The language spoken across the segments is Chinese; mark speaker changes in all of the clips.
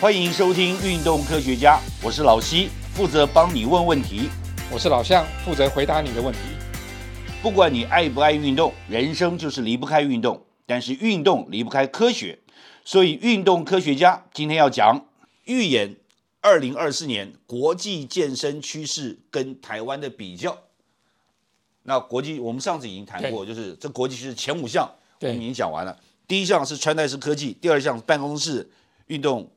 Speaker 1: 欢迎收听《运动科学家》，我是老西，负责帮你问问题。
Speaker 2: 我是老向，负责回答你的问题。
Speaker 1: 不管你爱不爱运动，人生就是离不开运动，但是运动离不开科学，所以运动科学家今天要讲预言二零二四年国际健身趋势跟台湾的比较。那国际我们上次已经谈过，就是这国际趋势前五项我
Speaker 2: 对
Speaker 1: 们已经讲完了。第一项是穿戴式科技，第二项是办公室运动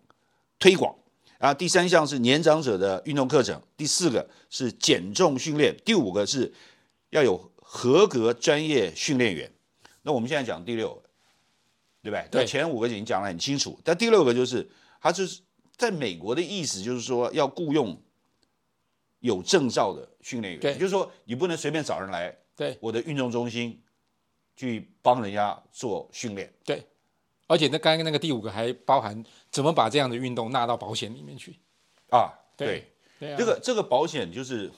Speaker 1: 推广，啊，第三项是年长者的运动课程，第四个是减重训练，第五个是要有合格专业训练员。那我们现在讲第六个，对不对？
Speaker 2: 对
Speaker 1: 那前五个已经讲得很清楚，但第六个就是，它就是在美国的意思就是说要雇佣有证照的训练员，
Speaker 2: 对
Speaker 1: 也就是说你不能随便找人来
Speaker 2: 对
Speaker 1: 我的运动中心去帮人家做训练。
Speaker 2: 对，而且那刚刚那个第五个还包含怎么把这样的运动纳到保险里面去。
Speaker 1: 啊，
Speaker 2: 对，对啊，
Speaker 1: 这个这个保险就是，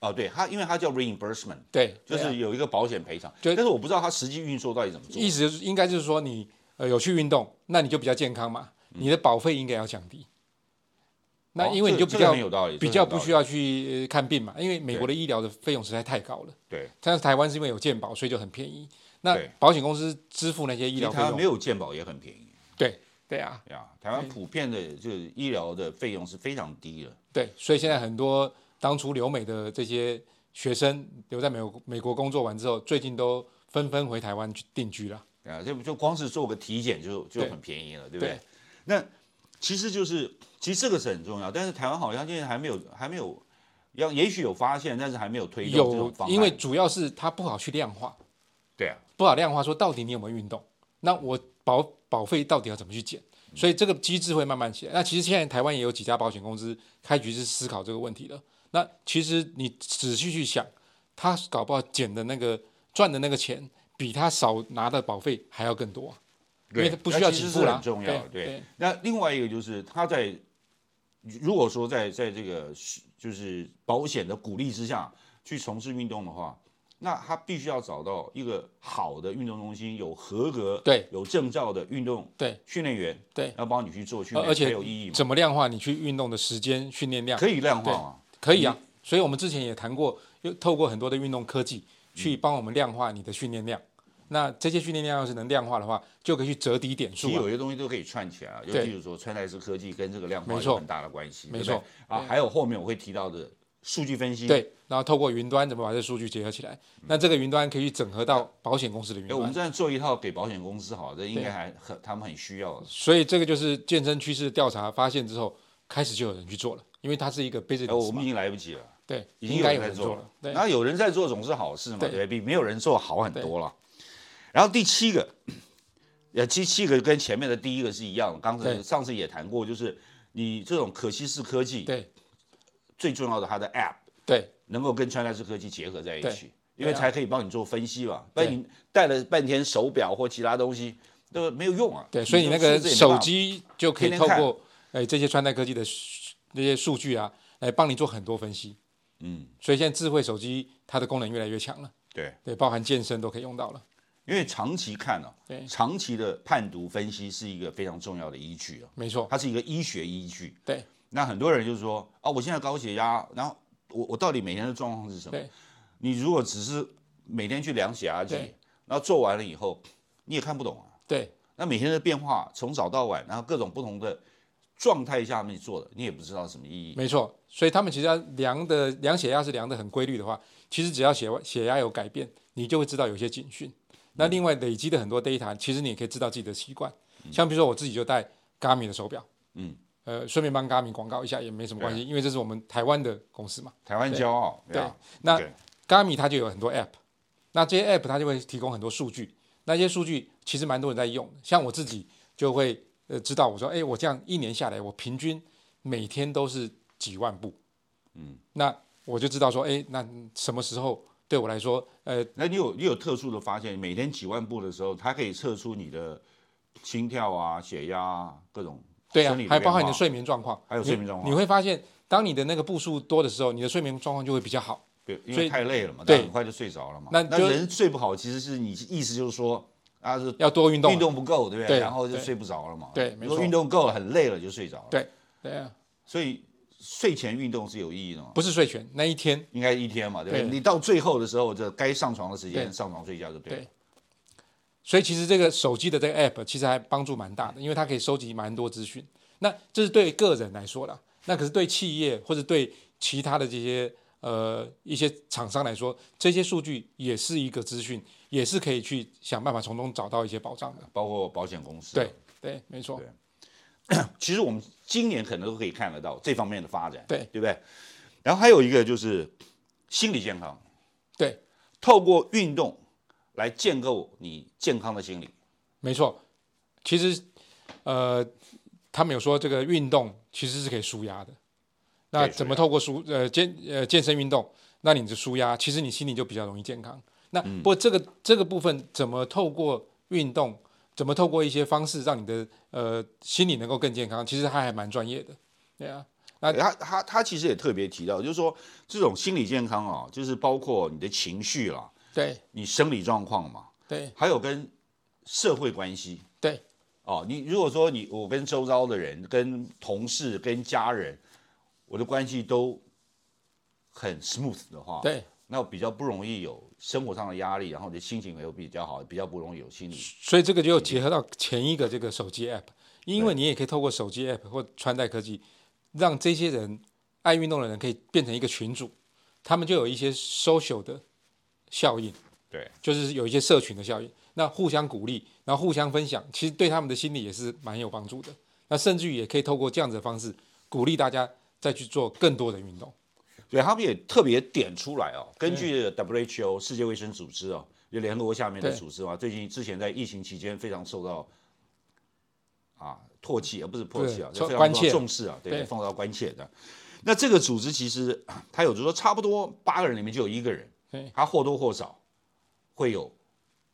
Speaker 1: 哦，对它，因为它叫 reimbursement，
Speaker 2: 对，
Speaker 1: 就
Speaker 2: 对啊
Speaker 1: 是有一个保险赔偿，
Speaker 2: 就
Speaker 1: 但是我不知道它实际运作到底怎么做
Speaker 2: 意。思就是应该就是说你呃有去运动，那你就比较健康嘛，你的保费应该要降低。那
Speaker 1: 哦
Speaker 2: 因为你
Speaker 1: 这个
Speaker 2: 就比
Speaker 1: 这个
Speaker 2: 较
Speaker 1: 很有道理这个
Speaker 2: 比
Speaker 1: 很
Speaker 2: 较
Speaker 1: 有道
Speaker 2: 不
Speaker 1: 理
Speaker 2: 需要去呃看病嘛，因为美国的医疗的费用实在太高了。
Speaker 1: 对，
Speaker 2: 但是台湾是因为有健保，所以就很便宜。那
Speaker 1: 对
Speaker 2: 保险公司支付那些医
Speaker 1: 其
Speaker 2: 疗
Speaker 1: 实
Speaker 2: 费
Speaker 1: 台湾没
Speaker 2: 用，
Speaker 1: 有健保也很便宜
Speaker 2: 对对啊，
Speaker 1: 呀，台湾普遍的就是医疗的费用是非常低的。
Speaker 2: 对，所以现在很多当初留美的这些学生留在美国美国工作完之后，最近都纷纷回台湾去定居了。
Speaker 1: 啊，就就光是做个体检就就
Speaker 2: 对
Speaker 1: 很便宜了，对不对？
Speaker 2: 对
Speaker 1: 那其实就是，其实这个是很重要，但是台湾好像现在还没有还没有，要也许有发现，但是还没有推动这种
Speaker 2: 有
Speaker 1: 方，案。
Speaker 2: 因为主要是它不好去量化，
Speaker 1: 对啊，
Speaker 2: 不好量化说到底你有没有运动，那我保保费到底要怎么去减？
Speaker 1: 嗯
Speaker 2: 所以这个机制会慢慢起来。那其实现在台湾也有几家保险公司开局是思考这个问题的。那其实你仔细去想，他搞不好减的那个赚的那个钱，比他少拿的保费还要更多啊，因为
Speaker 1: 对
Speaker 2: 他不需要
Speaker 1: 那其
Speaker 2: 给
Speaker 1: 实
Speaker 2: 付
Speaker 1: 是
Speaker 2: 啦。
Speaker 1: 很重要。
Speaker 2: 对
Speaker 1: 对，那另外一个就是他在，如果说在在这个就是保险的鼓励之下去从事运动的话。那他必须要找到一个好的运动中心，有合格、
Speaker 2: 对
Speaker 1: 有证照的运动
Speaker 2: 对
Speaker 1: 训练员，
Speaker 2: 对，
Speaker 1: 要帮你去做训
Speaker 2: 而
Speaker 1: 练，
Speaker 2: 而且
Speaker 1: 才有意义嘛。
Speaker 2: 怎么量化你去运动的时间、训练量
Speaker 1: 可以量化嘛？
Speaker 2: 可以啊。所以我们之前也谈过，又透过很多的运动科技
Speaker 1: 嗯
Speaker 2: 去帮我们量化你的训练量。那这些训练量要是能量化的话，就可以去折抵点
Speaker 1: 其实
Speaker 2: 数、啊。
Speaker 1: 有些东西都可以串起来啊，就
Speaker 2: 对
Speaker 1: 比如说穿戴式科技跟这个量化
Speaker 2: 没
Speaker 1: 有
Speaker 2: 错
Speaker 1: 很大的关系，对
Speaker 2: 没
Speaker 1: 不对
Speaker 2: 错
Speaker 1: 啊。还有后面我会提到的数据分析，。
Speaker 2: 对，然后透过云端怎么把这数据结合起来？那这个云端可以去整合到保险公司的云
Speaker 1: 嗯哎，我们
Speaker 2: 端。
Speaker 1: 这样做一套给保险公司好了，这应该还很他们很需要的。
Speaker 2: 所以这个就是健身趋势调查发现之后，开始就有人去做了，因为它是一个 business
Speaker 1: 哎，我
Speaker 2: 嘛
Speaker 1: 们已经来不及了，
Speaker 2: 对，
Speaker 1: 已经
Speaker 2: 应该有
Speaker 1: 人在
Speaker 2: 做
Speaker 1: 了
Speaker 2: 了。。对，
Speaker 1: 那有人在做总是好事嘛，对
Speaker 2: 对
Speaker 1: 不对？比没有人做好很多了。然后第七个，呃，第七个跟前面的第一个是一样的，刚才
Speaker 2: 对
Speaker 1: 上次也谈过，就是你这种可稀释科技，
Speaker 2: 对
Speaker 1: 最重要的它的 App。
Speaker 2: 对
Speaker 1: 能够跟穿戴式科技结合在一起
Speaker 2: 对，
Speaker 1: 因为
Speaker 2: 对啊
Speaker 1: 才可以帮你做分析嘛。不
Speaker 2: 对
Speaker 1: 然你戴了半天手表或其他东西，那没有用啊。
Speaker 2: 对，所以你那
Speaker 1: 就
Speaker 2: 个
Speaker 1: 数字也没
Speaker 2: 手
Speaker 1: 办法
Speaker 2: 机就可以
Speaker 1: 天
Speaker 2: 透
Speaker 1: 天看
Speaker 2: 过哎这些穿戴科技的数那些数据啊，来帮你做很多分析。嗯，所以现在智慧手机它的功能越来越强了，
Speaker 1: 对，
Speaker 2: 对，包含健身都可以用到了。
Speaker 1: 因为长期看啊
Speaker 2: 对，
Speaker 1: 长期的判读分析是一个非常重要的依据啊，
Speaker 2: 没错，
Speaker 1: 它是一个医学依据。
Speaker 2: 对
Speaker 1: 那很多人就是说啊，我现在高血压，然后我我到底每天的状况是什么
Speaker 2: 对？
Speaker 1: 你如果只是每天去量血压计
Speaker 2: 对，
Speaker 1: 然后做完了以后，你也看不懂啊。
Speaker 2: 对
Speaker 1: 那每天的变化，从早到晚，然后各种不同的状态下面做的，你也不知道什么意义。
Speaker 2: 没错，所以他们其实要量的量血压是量的很规律的话，其实只要血血压有改变，你就会知道有一些警讯。那
Speaker 1: 嗯
Speaker 2: 另外累积的很多 data，其实你也可以知道自己的习惯。像比如说我自己就戴 Garmin 的手表，
Speaker 1: 嗯，
Speaker 2: 呃，顺便帮 Garmin 广告一下也没什么关系，因为这是我们台湾的公司嘛。
Speaker 1: 台湾骄傲，
Speaker 2: 对
Speaker 1: 吧，
Speaker 2: 那
Speaker 1: OK
Speaker 2: Garmin 它就有很多 App，那这些 App 它就会提供很多数据，那些数据其实蛮多人在用的，像我自己就会呃知道，我说哎、诶我这样一年下来，我平均每天都是几万步，嗯，那我就知道说，哎、那什么时候对我来说，呃，
Speaker 1: 那你有你有特殊的发现，每天几万步的时候，它可以测出你的心跳啊、血压啊各种
Speaker 2: 对啊
Speaker 1: 生理，
Speaker 2: 还包含
Speaker 1: 变
Speaker 2: 你
Speaker 1: 化
Speaker 2: 的睡眠状况，
Speaker 1: 还有
Speaker 2: 你
Speaker 1: 睡眠状况
Speaker 2: 你会发现，当你的那个步数多的时候，你的睡眠状况就会比较好。
Speaker 1: 对，因
Speaker 2: 所
Speaker 1: 为
Speaker 2: 以
Speaker 1: 太累了嘛，
Speaker 2: 对
Speaker 1: 但很快就睡着了嘛。
Speaker 2: 那
Speaker 1: 那
Speaker 2: 就
Speaker 1: 人睡不好，其实是你意思就是说啊是
Speaker 2: 要多运动啊，
Speaker 1: 运动不够，对不对？
Speaker 2: 对
Speaker 1: 然后就
Speaker 2: 对
Speaker 1: 睡不着了嘛。
Speaker 2: 对没
Speaker 1: 如果
Speaker 2: 错
Speaker 1: 运动够了，很累了就睡着了。
Speaker 2: 对对啊，
Speaker 1: 所以睡前运动是有意义的嘛？
Speaker 2: 不是睡前那一天。
Speaker 1: 应该一天嘛，对不对？
Speaker 2: 对
Speaker 1: 你到最后的时候，这该上床的时间
Speaker 2: 对
Speaker 1: 上床睡觉就对了。
Speaker 2: 对所以其实这个手机的这个 app 其实还帮助蛮大的，因为它可以收集蛮多资讯。那这是对个人来说啦，那可是对企业或者对其他的这些呃一些厂商来说，这些数据也是一个资讯，也是可以去想办法从中找到一些保障的。
Speaker 1: 包括保险公司。
Speaker 2: 对，对，没错
Speaker 1: 对，其实我们今年可能都可以看得到这方面的发展，
Speaker 2: 对
Speaker 1: 对不对？然后还有一个就是心理健康，
Speaker 2: 对，
Speaker 1: 透过运动来建构你健康的心理。
Speaker 2: 没错。其实呃，他们有说这个运动其实是可以舒压的。那
Speaker 1: 可以舒
Speaker 2: 怎么
Speaker 1: 压
Speaker 2: 透过舒呃健呃健身运动，那你的舒压，其实你心里就比较容易健康。那
Speaker 1: 嗯
Speaker 2: 不过这个这个部分怎么透过运动，怎么透过一些方式让你的呃心理能够更健康，其实他还蛮专业的，对啊，那
Speaker 1: 他他他其实也特别提到，就是说这种心理健康啊，就是包括你的情绪啦，
Speaker 2: 对
Speaker 1: 你生理状况嘛，
Speaker 2: 对
Speaker 1: 还有跟社会关系。
Speaker 2: 对
Speaker 1: 哦，你如果说你我跟周遭的人、跟同事、跟家人，我的关系都很 smooth 的话，
Speaker 2: 对，
Speaker 1: 那比较不容易有生活上的压力，然后你的心情也会比较好，比较不容易有心理。
Speaker 2: 所以这个就结合到前一个这个手机 app，因为你也可以透过手机 app 或穿戴科技，让这些人爱运动的人可以变成一个群主，他们就有一些 social 的效应。
Speaker 1: 对，
Speaker 2: 就是有一些社群的效应，那互相鼓励，然后互相分享，其实对他们的心理也是蛮有帮助的。那甚至于也可以透过这样子的方式，鼓励大家再去做更多的运动。
Speaker 1: 对，他们也特别点出来哦，根据 WHO 世界卫生组织哦，就联合国下面的
Speaker 2: 对
Speaker 1: 组织嘛，最近之前在疫情期间非常受到啊唾弃，而不是唾弃啊，
Speaker 2: 对
Speaker 1: 就非常
Speaker 2: 关
Speaker 1: 受到
Speaker 2: 切
Speaker 1: 重视啊，对，
Speaker 2: 对
Speaker 1: 受到关切的。那这个组织其实他有就说，差不多八个人里面就有一个人
Speaker 2: 对，
Speaker 1: 他或多或少会有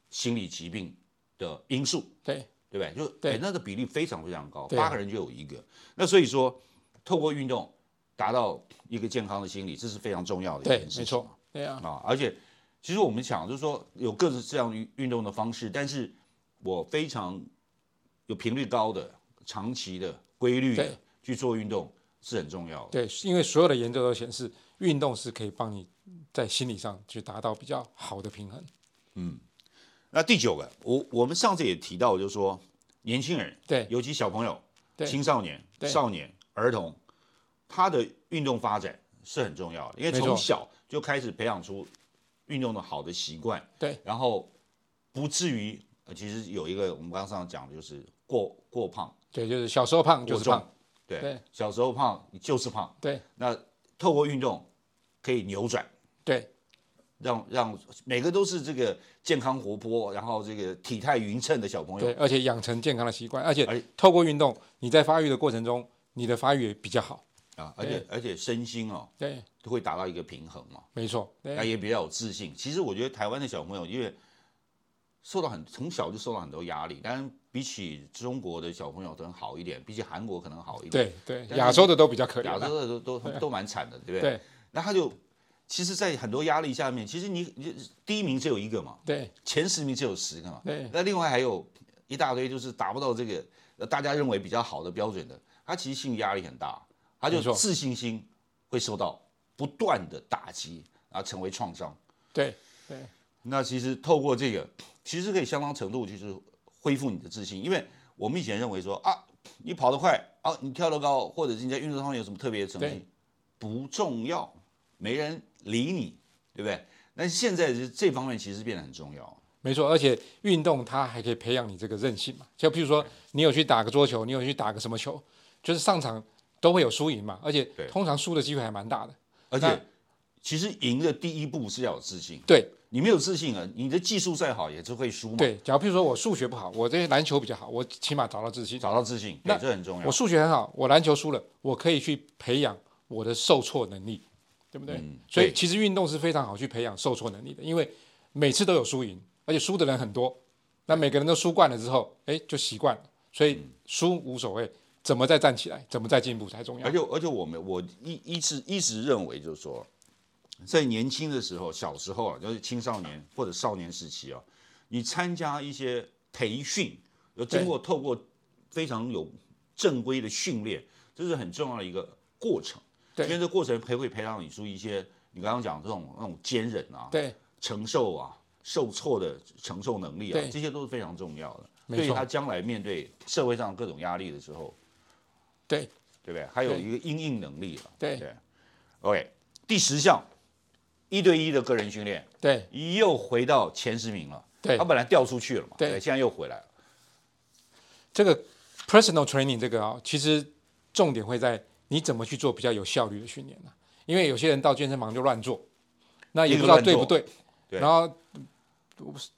Speaker 1: 心理疾病的因素。
Speaker 2: 对
Speaker 1: 对不对？就
Speaker 2: 对
Speaker 1: 哎那个比例非常非常高，
Speaker 2: 对啊
Speaker 1: 八个人就有一个。那所以说，透过运动达到一个健康的心理，这是非常重要的一
Speaker 2: 对
Speaker 1: 件，事情
Speaker 2: 没错，对啊，
Speaker 1: 啊。而且，其实我们想就是说，有各式各样运运动的方式，但是我非常有频率高的、长期的、规律的
Speaker 2: 对
Speaker 1: 去做运动是很重要的。
Speaker 2: 对，因为所有的研究都显示，运动是可以帮你在心理上去达到比较好的平衡。
Speaker 1: 那第九个，我我们上次也提到，就是说年轻人，
Speaker 2: 对
Speaker 1: 尤其小朋友、
Speaker 2: 对
Speaker 1: 青少年、
Speaker 2: 对
Speaker 1: 少年、儿童，他的运动发展是很重要的，因为
Speaker 2: 没错
Speaker 1: 从小就开始培养出运动的好的习惯，
Speaker 2: 对，
Speaker 1: 然后不至于，呃其实有一个我们刚上讲的就是过过胖、
Speaker 2: 对，就是小时候胖就
Speaker 1: 过
Speaker 2: 是
Speaker 1: 重
Speaker 2: 胖，，
Speaker 1: 对，
Speaker 2: 对
Speaker 1: 小时候胖就是胖，
Speaker 2: 对
Speaker 1: 那透过运动可以扭转。
Speaker 2: 对
Speaker 1: 让让每个都是这个健康活泼，然后这个体态匀称的小朋友
Speaker 2: 对，，而且养成健康的习惯，而
Speaker 1: 而
Speaker 2: 且透过运动，你在发育的过程中，你的发育也比较好。
Speaker 1: 啊，而且而且身心哦
Speaker 2: 对，
Speaker 1: 都会达到一个平衡哦嘛，
Speaker 2: 没错，
Speaker 1: 那
Speaker 2: 对
Speaker 1: 也比较有自信。其实我觉得台湾的小朋友因为受到很从小就受到很多压力，当然比起中国的小朋友可能好一点，比起韩国可能好一点，
Speaker 2: 对对
Speaker 1: 但，是
Speaker 2: 亚洲的都比较可怜
Speaker 1: 哎亚
Speaker 2: 啊。
Speaker 1: 洲的都都都蛮惨的，对不对？
Speaker 2: 对
Speaker 1: 那他就其实，在很多压力下面，其实你你第一名只有一个嘛，
Speaker 2: 对
Speaker 1: 前十名只有十个嘛，
Speaker 2: 对
Speaker 1: 那另外还有一大堆就是达不到这个呃大家认为比较好的标准的，他其实心理压力很大，他就
Speaker 2: 没错
Speaker 1: 自信心会受到不断的打击，然后成为创伤。
Speaker 2: 对对
Speaker 1: 那其实透过这个，其实可以相当程度就是恢复你的自信，因为我们以前认为说啊，你跑得快啊，你跳得高，或者是你在运动上面有什么特别的成绩
Speaker 2: 对，
Speaker 1: 不重要，没人理你，对不对？但现在是这方面其实变得很重要。
Speaker 2: 没错，而且运动它还可以培养你这个韧性嘛。就譬如说，你有去打个桌球，你有去打个什么球，就是上场都会有输赢嘛，而且
Speaker 1: 对
Speaker 2: 通常输的机会还蛮大的。
Speaker 1: 而
Speaker 2: 那
Speaker 1: 且，其实赢的第一步是要有自信。
Speaker 2: 对
Speaker 1: 你没有自信啊，你的技术再好也是会输嘛。，
Speaker 2: 对，假如譬如说我数学不好，我对篮球比较好，我起码找到自信。
Speaker 1: 找到自信，对，
Speaker 2: 那
Speaker 1: 这很重要
Speaker 2: 我。数学很好，我篮球输了，我可以去培养我的受挫能力，对不对？所以
Speaker 1: 嗯对
Speaker 2: 其实运动是非常好去培养受挫能力的，因为每次都有输赢，而且输的人很多，那每个人都输惯了之后，哎，就习惯了，所
Speaker 1: 嗯
Speaker 2: 以输无所谓，怎么再站起来，怎么再进步才重要
Speaker 1: 而。且而且我们我一一直一直认为就是说，在年轻的时候，小时候啊，就是青少年或者少年时期啊，你参加一些培训，有经过透过非常有正规的训练，这是很重要的一个过程。
Speaker 2: 对
Speaker 1: 因为这过程培会培养你出一些你刚刚讲的这种那种坚韧啊，
Speaker 2: 对，
Speaker 1: 承受啊、受挫的承受能力啊
Speaker 2: 对，
Speaker 1: 这些都是非常重要的。
Speaker 2: 没
Speaker 1: 对于
Speaker 2: 错
Speaker 1: 他将来面对社会上各种压力的时候，
Speaker 2: 对
Speaker 1: 对不对？还有
Speaker 2: 对
Speaker 1: 一个应应能力啊。
Speaker 2: 对
Speaker 1: 对，OK，第十项，一对一的个人训练
Speaker 2: 对
Speaker 1: 又回到前十名了。
Speaker 2: 对
Speaker 1: 他本来掉出去了嘛，
Speaker 2: 对
Speaker 1: 现在又回来了。
Speaker 2: 这个 personal training 这个啊、其实重点会在你怎么去做比较有效率的训练呢、啊因为有些人到健身房就乱做，那也不知道对不对，
Speaker 1: 对
Speaker 2: 然后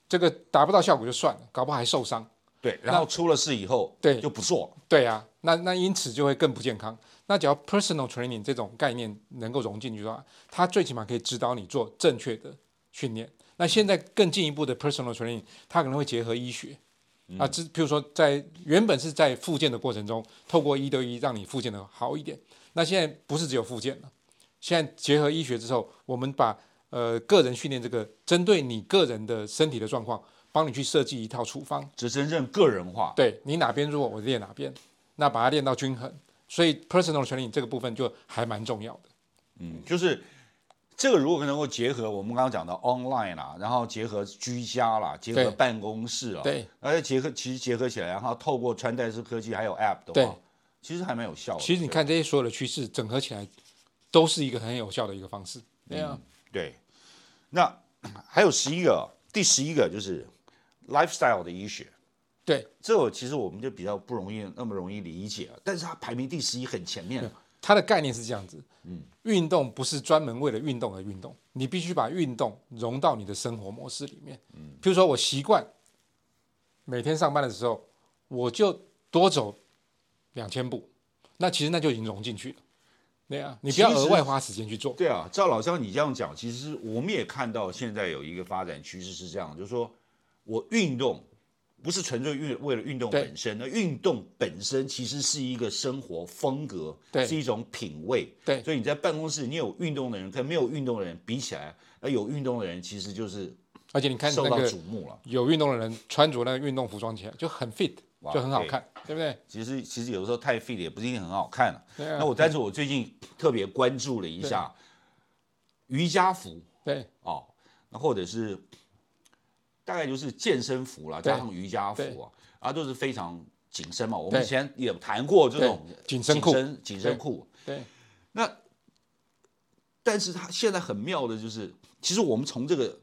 Speaker 2: 这个达不到效果就算了，搞不好还受伤。
Speaker 1: 对，然后出了事以后，
Speaker 2: 对
Speaker 1: 就不做了。
Speaker 2: 对啊，那那因此就会更不健康。那只要 personal training 这种概念能够融进去的话，它最起码可以指导你做正确的训练。那现在更进一步的 personal training，它可能会结合医学啊，这譬如说在原本是在复健的过程中，透过一对一让你复健的好一点。那现在不是只有复健了，现在结合医学之后，我们把呃个人训练这个针对你个人的身体的状况，帮你去设计一套处方。
Speaker 1: 这真正个人化，
Speaker 2: 对你哪边弱，我练哪边，那把它练到均衡。所以 personal training 这个部分就还蛮重要的。
Speaker 1: 嗯，就是这个如果能够结合我们刚刚讲的 online 啦、然后结合居家啦，结合
Speaker 2: 对
Speaker 1: 办公室啊，
Speaker 2: 对，
Speaker 1: 而且结合其实结合起来，然后透过穿戴式科技还有 app 的
Speaker 2: 对
Speaker 1: 话，其实还蛮有效的。
Speaker 2: 其实你
Speaker 1: 对
Speaker 2: 看这些所有的趋势整合起来，都是一个很有效的一个方式。对啊，
Speaker 1: 对，那 还有十一个，哦第十一个就是 lifestyle 的医学。
Speaker 2: 对，
Speaker 1: 这我其实我们就比较不容易那么容易理解啊，但是它排名第十一很前面啊，
Speaker 2: 它的概念是这样子。嗯，运动不是专门为了运动而运动，你必须把运动融到你的生活模式里面。嗯，譬如说我习惯每天上班的时候，我就多走两千步，那其实那就已经融进去了。对啊，你不要
Speaker 1: 其实
Speaker 2: 额外花时间去做。
Speaker 1: 对啊，照老张你这样讲，其实我们也看到现在有一个发展趋势是这样，就是说我运动不是纯粹运为了运动
Speaker 2: 对
Speaker 1: 本身，那运动本身其实是一个生活风格，
Speaker 2: 对
Speaker 1: 是一种品味。
Speaker 2: 对
Speaker 1: 所以你在办公室，你有运动的人跟没有运动的人比起来，那有运动的人其实就是
Speaker 2: 而且你看那
Speaker 1: 受到
Speaker 2: 个
Speaker 1: 瞩目了。
Speaker 2: 有运动的人穿着那个运动服装起来就很 fit，
Speaker 1: 哇
Speaker 2: 就很好看，对不对？
Speaker 1: 其实其实有时候太 fit 也不一定很好看了、
Speaker 2: 对啊
Speaker 1: 那我但是我最近特别关注了一下瑜伽服
Speaker 2: 对
Speaker 1: 哦，那或者是大概就是健身服啦，
Speaker 2: 对
Speaker 1: 加上瑜伽服啊，啊都是非常紧身嘛。我们
Speaker 2: 对
Speaker 1: 以前也谈过这种
Speaker 2: 对紧身裤
Speaker 1: 紧身紧身裤。
Speaker 2: 对
Speaker 1: 那但是它现在很妙的就是，其实我们从这个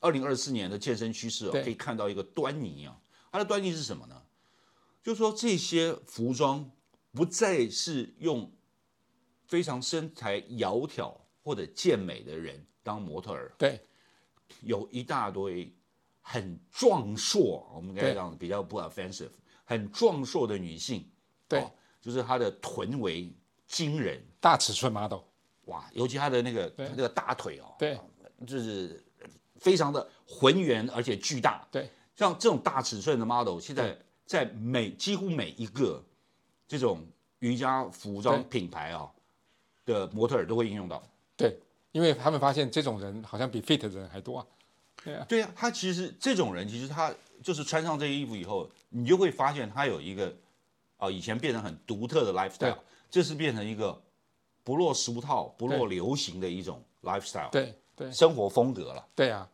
Speaker 1: 二零二四年的健身趋势、啊、
Speaker 2: 对
Speaker 1: 可以看到一个端倪啊，它的端倪是什么呢？就是说这些服装不再是用非常身材窈窕或者健美的人当模特儿，
Speaker 2: 对
Speaker 1: 有一大堆很壮硕，我们应该
Speaker 2: 对
Speaker 1: 讲比较不 offensive，很壮硕的女性，
Speaker 2: 对
Speaker 1: 哦，就是她的臀围惊人，
Speaker 2: 大尺寸 model，
Speaker 1: 哇，尤其她的那个
Speaker 2: 对
Speaker 1: 那个大腿哦，
Speaker 2: 对
Speaker 1: 就是呃非常的浑圆而且巨大。
Speaker 2: 对
Speaker 1: 像这种大尺寸的 model，现在在每几乎每一个这种瑜伽服装品牌啊、的模特儿都会应用到。
Speaker 2: 对，因为他们发现这种人好像比 fit 的人还多啊。
Speaker 1: 对呀、他其实这种人，其实他就是穿上这些衣服以后，你就会发现他有一个啊、以前变成很独特的 lifestyle，
Speaker 2: 对
Speaker 1: 这是变成一个不落俗套、不落流行的一种 lifestyle
Speaker 2: 对对
Speaker 1: 生活风格了。
Speaker 2: 对啊，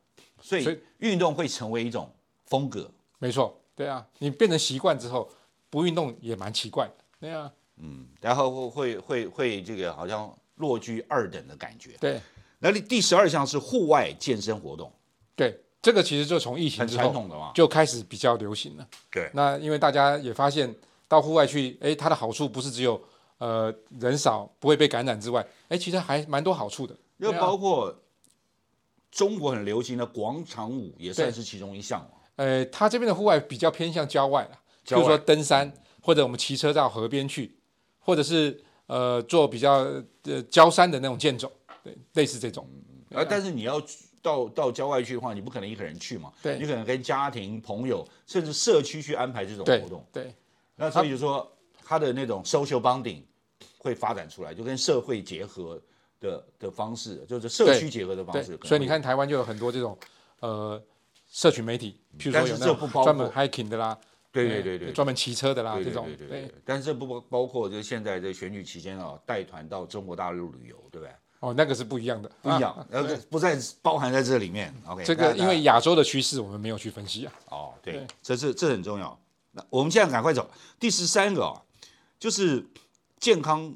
Speaker 1: 所
Speaker 2: 所
Speaker 1: 以
Speaker 2: 以
Speaker 1: 运动会成为一种风格。
Speaker 2: 没错，对啊，你变成习惯之后不运动也蛮奇怪的。对啊，
Speaker 1: 然后会会会会这个好像落居二等的感觉。
Speaker 2: 对
Speaker 1: 那第第十二项是户外健身活动，
Speaker 2: 对，这个其实就从疫情
Speaker 1: 很
Speaker 2: 之
Speaker 1: 传
Speaker 2: 后
Speaker 1: 统的嘛。
Speaker 2: 就开始比较流行了。
Speaker 1: 对
Speaker 2: 那因为大家也发现到户外去，诶，它的好处不是只有呃人少不会被感染之外，诶，其实还蛮多好处的。
Speaker 1: 又
Speaker 2: 对啊
Speaker 1: 包括中国很流行的广场舞也算是其中一项嘛。
Speaker 2: 呃，它这边的户外比较偏向郊外啦，比
Speaker 1: 郊外嗯
Speaker 2: 如说登山，或者我们骑车到河边去，或者是呃做比较呃郊山的那种健走，对，类似这种。
Speaker 1: 啊，但是你要去到到郊外去的话，你不可能一个人去嘛，
Speaker 2: 对
Speaker 1: 你可能跟家庭、朋友甚至社区去安排这种
Speaker 2: 对啊
Speaker 1: 活动。
Speaker 2: 对
Speaker 1: 那所以就说，它的那种 social bonding 会发展出来，就跟社会结合的的方式，就是社区结合的方
Speaker 2: 对
Speaker 1: 式。可能，
Speaker 2: 所以你
Speaker 1: 会
Speaker 2: 看台湾就有很多这种呃社群媒体，譬如
Speaker 1: 嗯但
Speaker 2: 说
Speaker 1: 是
Speaker 2: 有那
Speaker 1: 这不
Speaker 2: 种
Speaker 1: 包括
Speaker 2: 专门 hiking 的啦，
Speaker 1: 对
Speaker 2: 哎
Speaker 1: 对对对，
Speaker 2: 专门骑车的啦
Speaker 1: 对
Speaker 2: 啊这
Speaker 1: 对
Speaker 2: 种
Speaker 1: 对，对
Speaker 2: 对
Speaker 1: 对，但是这不包包括就是现在这选举期间啊，带团到中国大陆旅游，对不对？
Speaker 2: 哦，那个是不一样的，
Speaker 1: 不一
Speaker 2: 啊。
Speaker 1: 样，呃，不在包含在这里面。OK，
Speaker 2: 这
Speaker 1: 那
Speaker 2: 个
Speaker 1: 那
Speaker 2: 因为亚洲的趋势我们没有去分析啊，
Speaker 1: 哦，对
Speaker 2: 对，
Speaker 1: 这是这很重要。那我们现在赶快走。第十三个啊，就是健康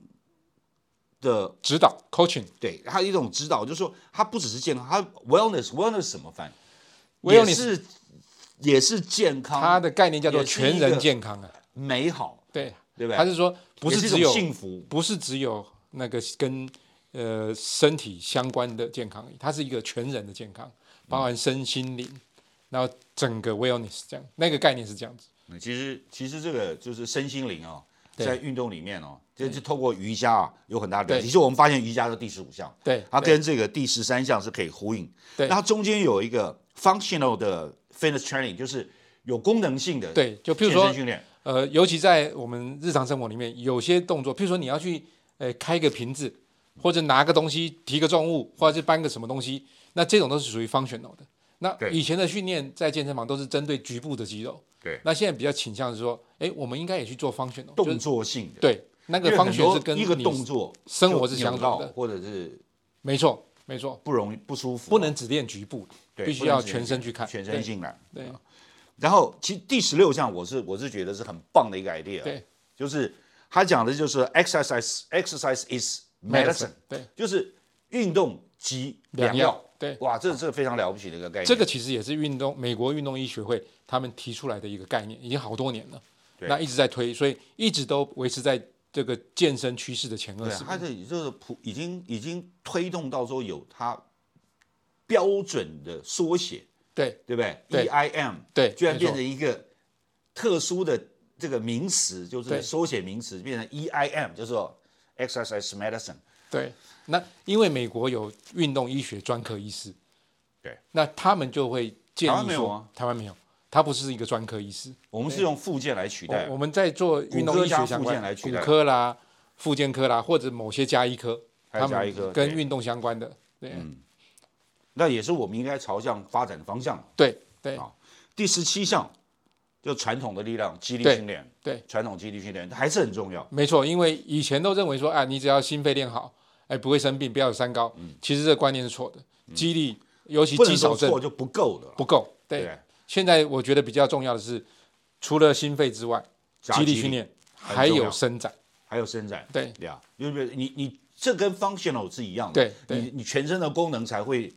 Speaker 1: 的，
Speaker 2: 指导 coaching，
Speaker 1: 对，它有一种指导，就是说它不只是健康，它 wellness，wellness 什么翻？也
Speaker 2: Wellness
Speaker 1: 是也是健康，
Speaker 2: 它的概念叫做
Speaker 1: 啊也是一
Speaker 2: 全
Speaker 1: 个
Speaker 2: 人健康啊，
Speaker 1: 美好，
Speaker 2: 对，
Speaker 1: 对不对？
Speaker 2: 它是说不
Speaker 1: 也
Speaker 2: 是
Speaker 1: 是一
Speaker 2: 只
Speaker 1: 种
Speaker 2: 有
Speaker 1: 幸福，
Speaker 2: 不是只有那个跟呃身体相关的健康而已，它是一个全人的健康，包含身心灵，然后整个 wellness 这样，那个概念是这样子。
Speaker 1: 嗯其实其实这个就是身心灵啊、
Speaker 2: 对
Speaker 1: 在运动里面哦，这就透过瑜伽啊有很大的表现。
Speaker 2: 对
Speaker 1: 其实我们发现瑜伽的第十五项，
Speaker 2: 对，
Speaker 1: 它
Speaker 2: 对
Speaker 1: 跟这个第十三项是可以呼应。
Speaker 2: 对
Speaker 1: 那它中间有一个 functional 的 fitness training，就是有功能性的
Speaker 2: 对，就譬
Speaker 1: 健
Speaker 2: 如说
Speaker 1: 身训练。
Speaker 2: 呃，尤其在我们日常生活里面，有些动作，譬如说你要去呃开个瓶子，或者拿个东西、提个重物，或者是搬个什么东西，那这种都是属于 functional 的。那
Speaker 1: 对
Speaker 2: 以前的训练在健身房都是针对局部的肌肉，
Speaker 1: 对
Speaker 2: 那现在比较倾向是说，哎，我们应该也去做 functional，就是
Speaker 1: 动作性的。
Speaker 2: 对那
Speaker 1: 因
Speaker 2: 个
Speaker 1: 为很
Speaker 2: function
Speaker 1: 多
Speaker 2: 是跟
Speaker 1: 一个
Speaker 2: 你
Speaker 1: 动作
Speaker 2: 生活是
Speaker 1: 就扭
Speaker 2: 相
Speaker 1: 到
Speaker 2: 同的
Speaker 1: 或者是
Speaker 2: 没错，没错，
Speaker 1: 不容易不舒服，啊
Speaker 2: 不能只练局部，
Speaker 1: 对
Speaker 2: 必
Speaker 1: 不
Speaker 2: 须
Speaker 1: 能
Speaker 2: 要
Speaker 1: 只
Speaker 2: 全身去看，
Speaker 1: 全
Speaker 2: 对
Speaker 1: 身进来。啊
Speaker 2: 对
Speaker 1: 然后其实第十六项我是我是觉得是很棒的一个 idea，
Speaker 2: 对，
Speaker 1: 就是他讲的就是 exercise exercise is medicine，
Speaker 2: 对
Speaker 1: 就是运动及良
Speaker 2: 良
Speaker 1: 药
Speaker 2: 药。，对，
Speaker 1: 哇，这这非常了不起的一个概念。
Speaker 2: 这个其实也是运动美国运动医学会他们提出来的一个概念，已经好多年了，
Speaker 1: 对
Speaker 2: 那一直在推，所以一直都维持在这个健身趋势的前二
Speaker 1: 对啊，
Speaker 2: 十名
Speaker 1: 它这里就是普已经已经推动到说有它标准的缩写，
Speaker 2: 对
Speaker 1: 对不对
Speaker 2: 对
Speaker 1: e i m
Speaker 2: 对，
Speaker 1: 居然
Speaker 2: 没
Speaker 1: 变
Speaker 2: 错
Speaker 1: 成一个特殊的这个名词，就是
Speaker 2: 对
Speaker 1: 缩写名词变成 EIM，就是说 exercise medicine。
Speaker 2: 对。那因为美国有运动医学专科医师，
Speaker 1: 对，
Speaker 2: 那他们就会建
Speaker 1: 台湾
Speaker 2: 议
Speaker 1: 没有
Speaker 2: 说
Speaker 1: 啊，
Speaker 2: 台湾没有，他不是一个专科医师，
Speaker 1: 我们是用附件来取代
Speaker 2: 哦我我，们在做运动医学相
Speaker 1: 骨科加附件
Speaker 2: 关
Speaker 1: 来
Speaker 2: 的，
Speaker 1: 取
Speaker 2: 骨
Speaker 1: 代
Speaker 2: 科啦、复健科啦，或者某些加医科，
Speaker 1: 还有
Speaker 2: 他
Speaker 1: 加医科
Speaker 2: 们跟
Speaker 1: 对嗯
Speaker 2: 运动相关的，对
Speaker 1: 那也是我们应该朝向发展的方向。
Speaker 2: 对对
Speaker 1: 好第十七项，就传统的力量肌力
Speaker 2: 对
Speaker 1: 训练，
Speaker 2: 对，
Speaker 1: 传统肌力训练还是很重要。
Speaker 2: 没错，因为以前都认为说啊，你只要心肺练好，哎，不会生病，不要有三高，其实这个观念是错的，肌力尤其
Speaker 1: 嗯不能
Speaker 2: 肌
Speaker 1: 说
Speaker 2: 少症
Speaker 1: 错就不够了，
Speaker 2: 不够，
Speaker 1: 对啊
Speaker 2: 对，，现在我觉得比较重要的是，除了心肺之外，
Speaker 1: 加
Speaker 2: 肌
Speaker 1: 肌
Speaker 2: 力
Speaker 1: 力
Speaker 2: 训练
Speaker 1: 很
Speaker 2: 还
Speaker 1: 重要
Speaker 2: 有伸展，
Speaker 1: 还有伸展，
Speaker 2: 对
Speaker 1: 对啊，因为你你这跟 functional 是一样的，
Speaker 2: 对对
Speaker 1: 你你全身的功能才会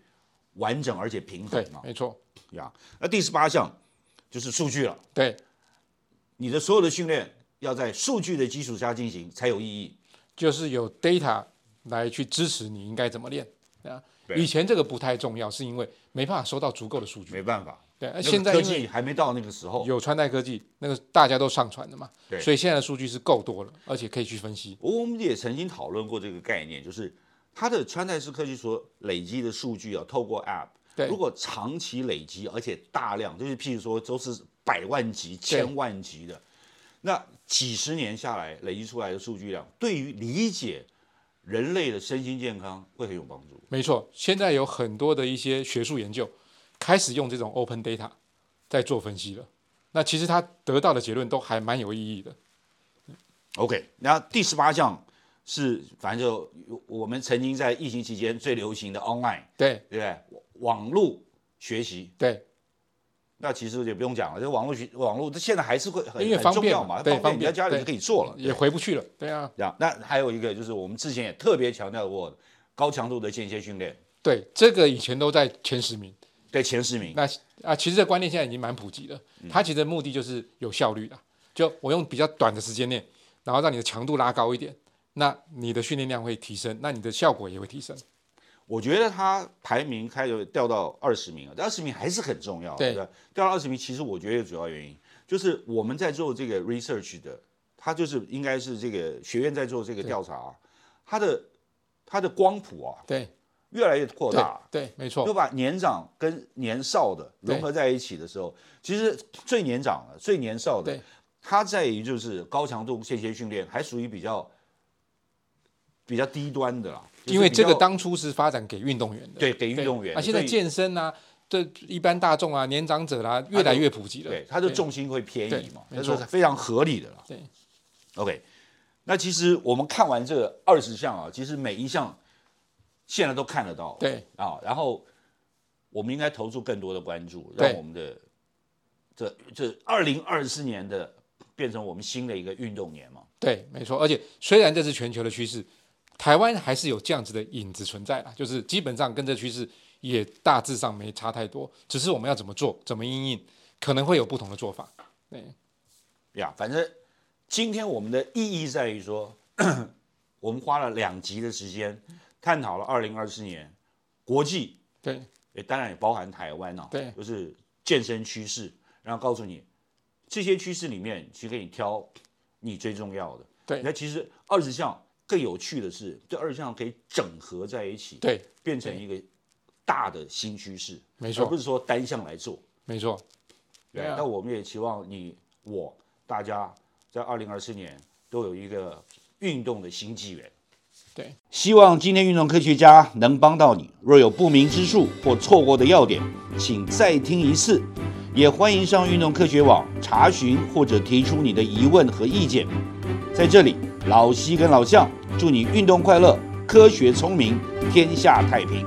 Speaker 1: 完整而且平衡
Speaker 2: 对，
Speaker 1: 嘛，
Speaker 2: 没错，
Speaker 1: 呀。那第十八项就是数据了，
Speaker 2: 对
Speaker 1: 你的所有的训练要在数据的基础下进行才有意义。
Speaker 2: 就是有 data 来去支持你应该怎么练啊
Speaker 1: 对。
Speaker 2: 以前这个不太重要，是因为没办法收到足够的数据。
Speaker 1: 没办法，
Speaker 2: 对，那
Speaker 1: 那个
Speaker 2: 现在
Speaker 1: 科
Speaker 2: 因为
Speaker 1: 技还没到那个时候。
Speaker 2: 有穿戴科技，那个大家都上传的嘛
Speaker 1: 对，
Speaker 2: 所以现在的数据是够多了，而且可以去分析。
Speaker 1: 我们也曾经讨论过这个概念，就是它的穿戴式科技所累积的数据啊，透过 App，
Speaker 2: 对
Speaker 1: 如果长期累积而且大量，就是譬如说都是百万级、千万级的，那几十年下来累积出来的数据量，对于理解人类的身心健康会很有帮助。
Speaker 2: 没错，现在有很多的一些学术研究开始用这种 open data 在做分析了。那其实他得到的结论都还蛮有意义的。
Speaker 1: OK，那第十八项是反正就我们曾经在疫情期间最流行的 online，
Speaker 2: 对
Speaker 1: 对不对？网络学习。
Speaker 2: 对，
Speaker 1: 那其实也不用讲了，这网络学网络，这现在还是会很
Speaker 2: 因为
Speaker 1: 很
Speaker 2: 方
Speaker 1: 重
Speaker 2: 便
Speaker 1: 要
Speaker 2: 嘛
Speaker 1: 嘛，
Speaker 2: 对
Speaker 1: 便
Speaker 2: 方
Speaker 1: 你在
Speaker 2: 便
Speaker 1: 家里
Speaker 2: 对嗯
Speaker 1: 就可以做了。
Speaker 2: 也回不去了。对啊，
Speaker 1: 这样，那还有一个就是我们之前也特别强调过的高强度的间歇训练，
Speaker 2: 对，这个以前都在前十名。
Speaker 1: 对前十名，
Speaker 2: 那啊，其实这个观念现在已经蛮普及了。
Speaker 1: 嗯
Speaker 2: 它其实目的就是有效率啦，就我用比较短的时间内，然后让你的强度拉高一点，那你的训练量会提升，那你的效果也会提升。
Speaker 1: 我觉得它排名开始掉到二十名了，二十名还是很重要的。
Speaker 2: 对
Speaker 1: 吧，掉到二十名，其实我觉得有主要原因就是我们在做这个 research 的，它就是应该是这个学院在做这个调查、啊，它的它的光谱啊
Speaker 2: 对，
Speaker 1: 越来越扩
Speaker 2: 对
Speaker 1: 大，，
Speaker 2: 对，没错
Speaker 1: 就，把年长跟年少的
Speaker 2: 对
Speaker 1: 融合在一起的时候，其实最年长的、最年少的
Speaker 2: 对，
Speaker 1: 它在于就是高强度间歇训练，还属于比较比较低端的啦。就是
Speaker 2: 因为这个
Speaker 1: 比较
Speaker 2: 当初是发展给运动员的，
Speaker 1: 对给运动员
Speaker 2: 啊，现在
Speaker 1: 所以
Speaker 2: 健身啊，这一般大众啊、年长者啦、越来越普及了。
Speaker 1: 对，它的重心会偏
Speaker 2: 对
Speaker 1: 移嘛，
Speaker 2: 没
Speaker 1: 那是
Speaker 2: 错
Speaker 1: 非常合理的啦。
Speaker 2: 对
Speaker 1: ，OK，那其实我们看完这二十项啊，其实每一项现在都看得到，
Speaker 2: 对
Speaker 1: 啊，然后我们应该投注更多的关注，
Speaker 2: 对
Speaker 1: 让我们的这这二零二四年的变成我们新的一个运动年嘛。
Speaker 2: 对，没错。而且虽然这是全球的趋势，台湾还是有这样子的影子存在啦，就是基本上跟这趋势也大致上没差太多，只是我们要怎么做、怎么应应，可能会有不同的做法。对，
Speaker 1: 呀，反正今天我们的意义在于说， 我们花了两集的时间探讨了二零二四年国际，
Speaker 2: 对，
Speaker 1: 也当然也包含台湾啊，
Speaker 2: 对
Speaker 1: 就是健身趋势，然后告诉你这些趋势里面，其实给你挑你最重要的。
Speaker 2: 对
Speaker 1: 那其实二十项更有趣的是，这二十项可以整合在一起，
Speaker 2: 对，
Speaker 1: 变成一个大的新趋势，
Speaker 2: 没错
Speaker 1: 而不是说单项来做。
Speaker 2: 没错，
Speaker 1: 对，
Speaker 2: 对啊
Speaker 1: 那我们也期望你、我、大家在二零二四年都有一个运动的新纪元。
Speaker 2: 对，
Speaker 1: 希望今天运动科学家能帮到你。若有不明之处或错过的要点，请再听一次。也欢迎上运动科学网查询或者提出你的疑问和意见。在这里，老西跟老向祝你运动快乐，科学聪明，天下太平。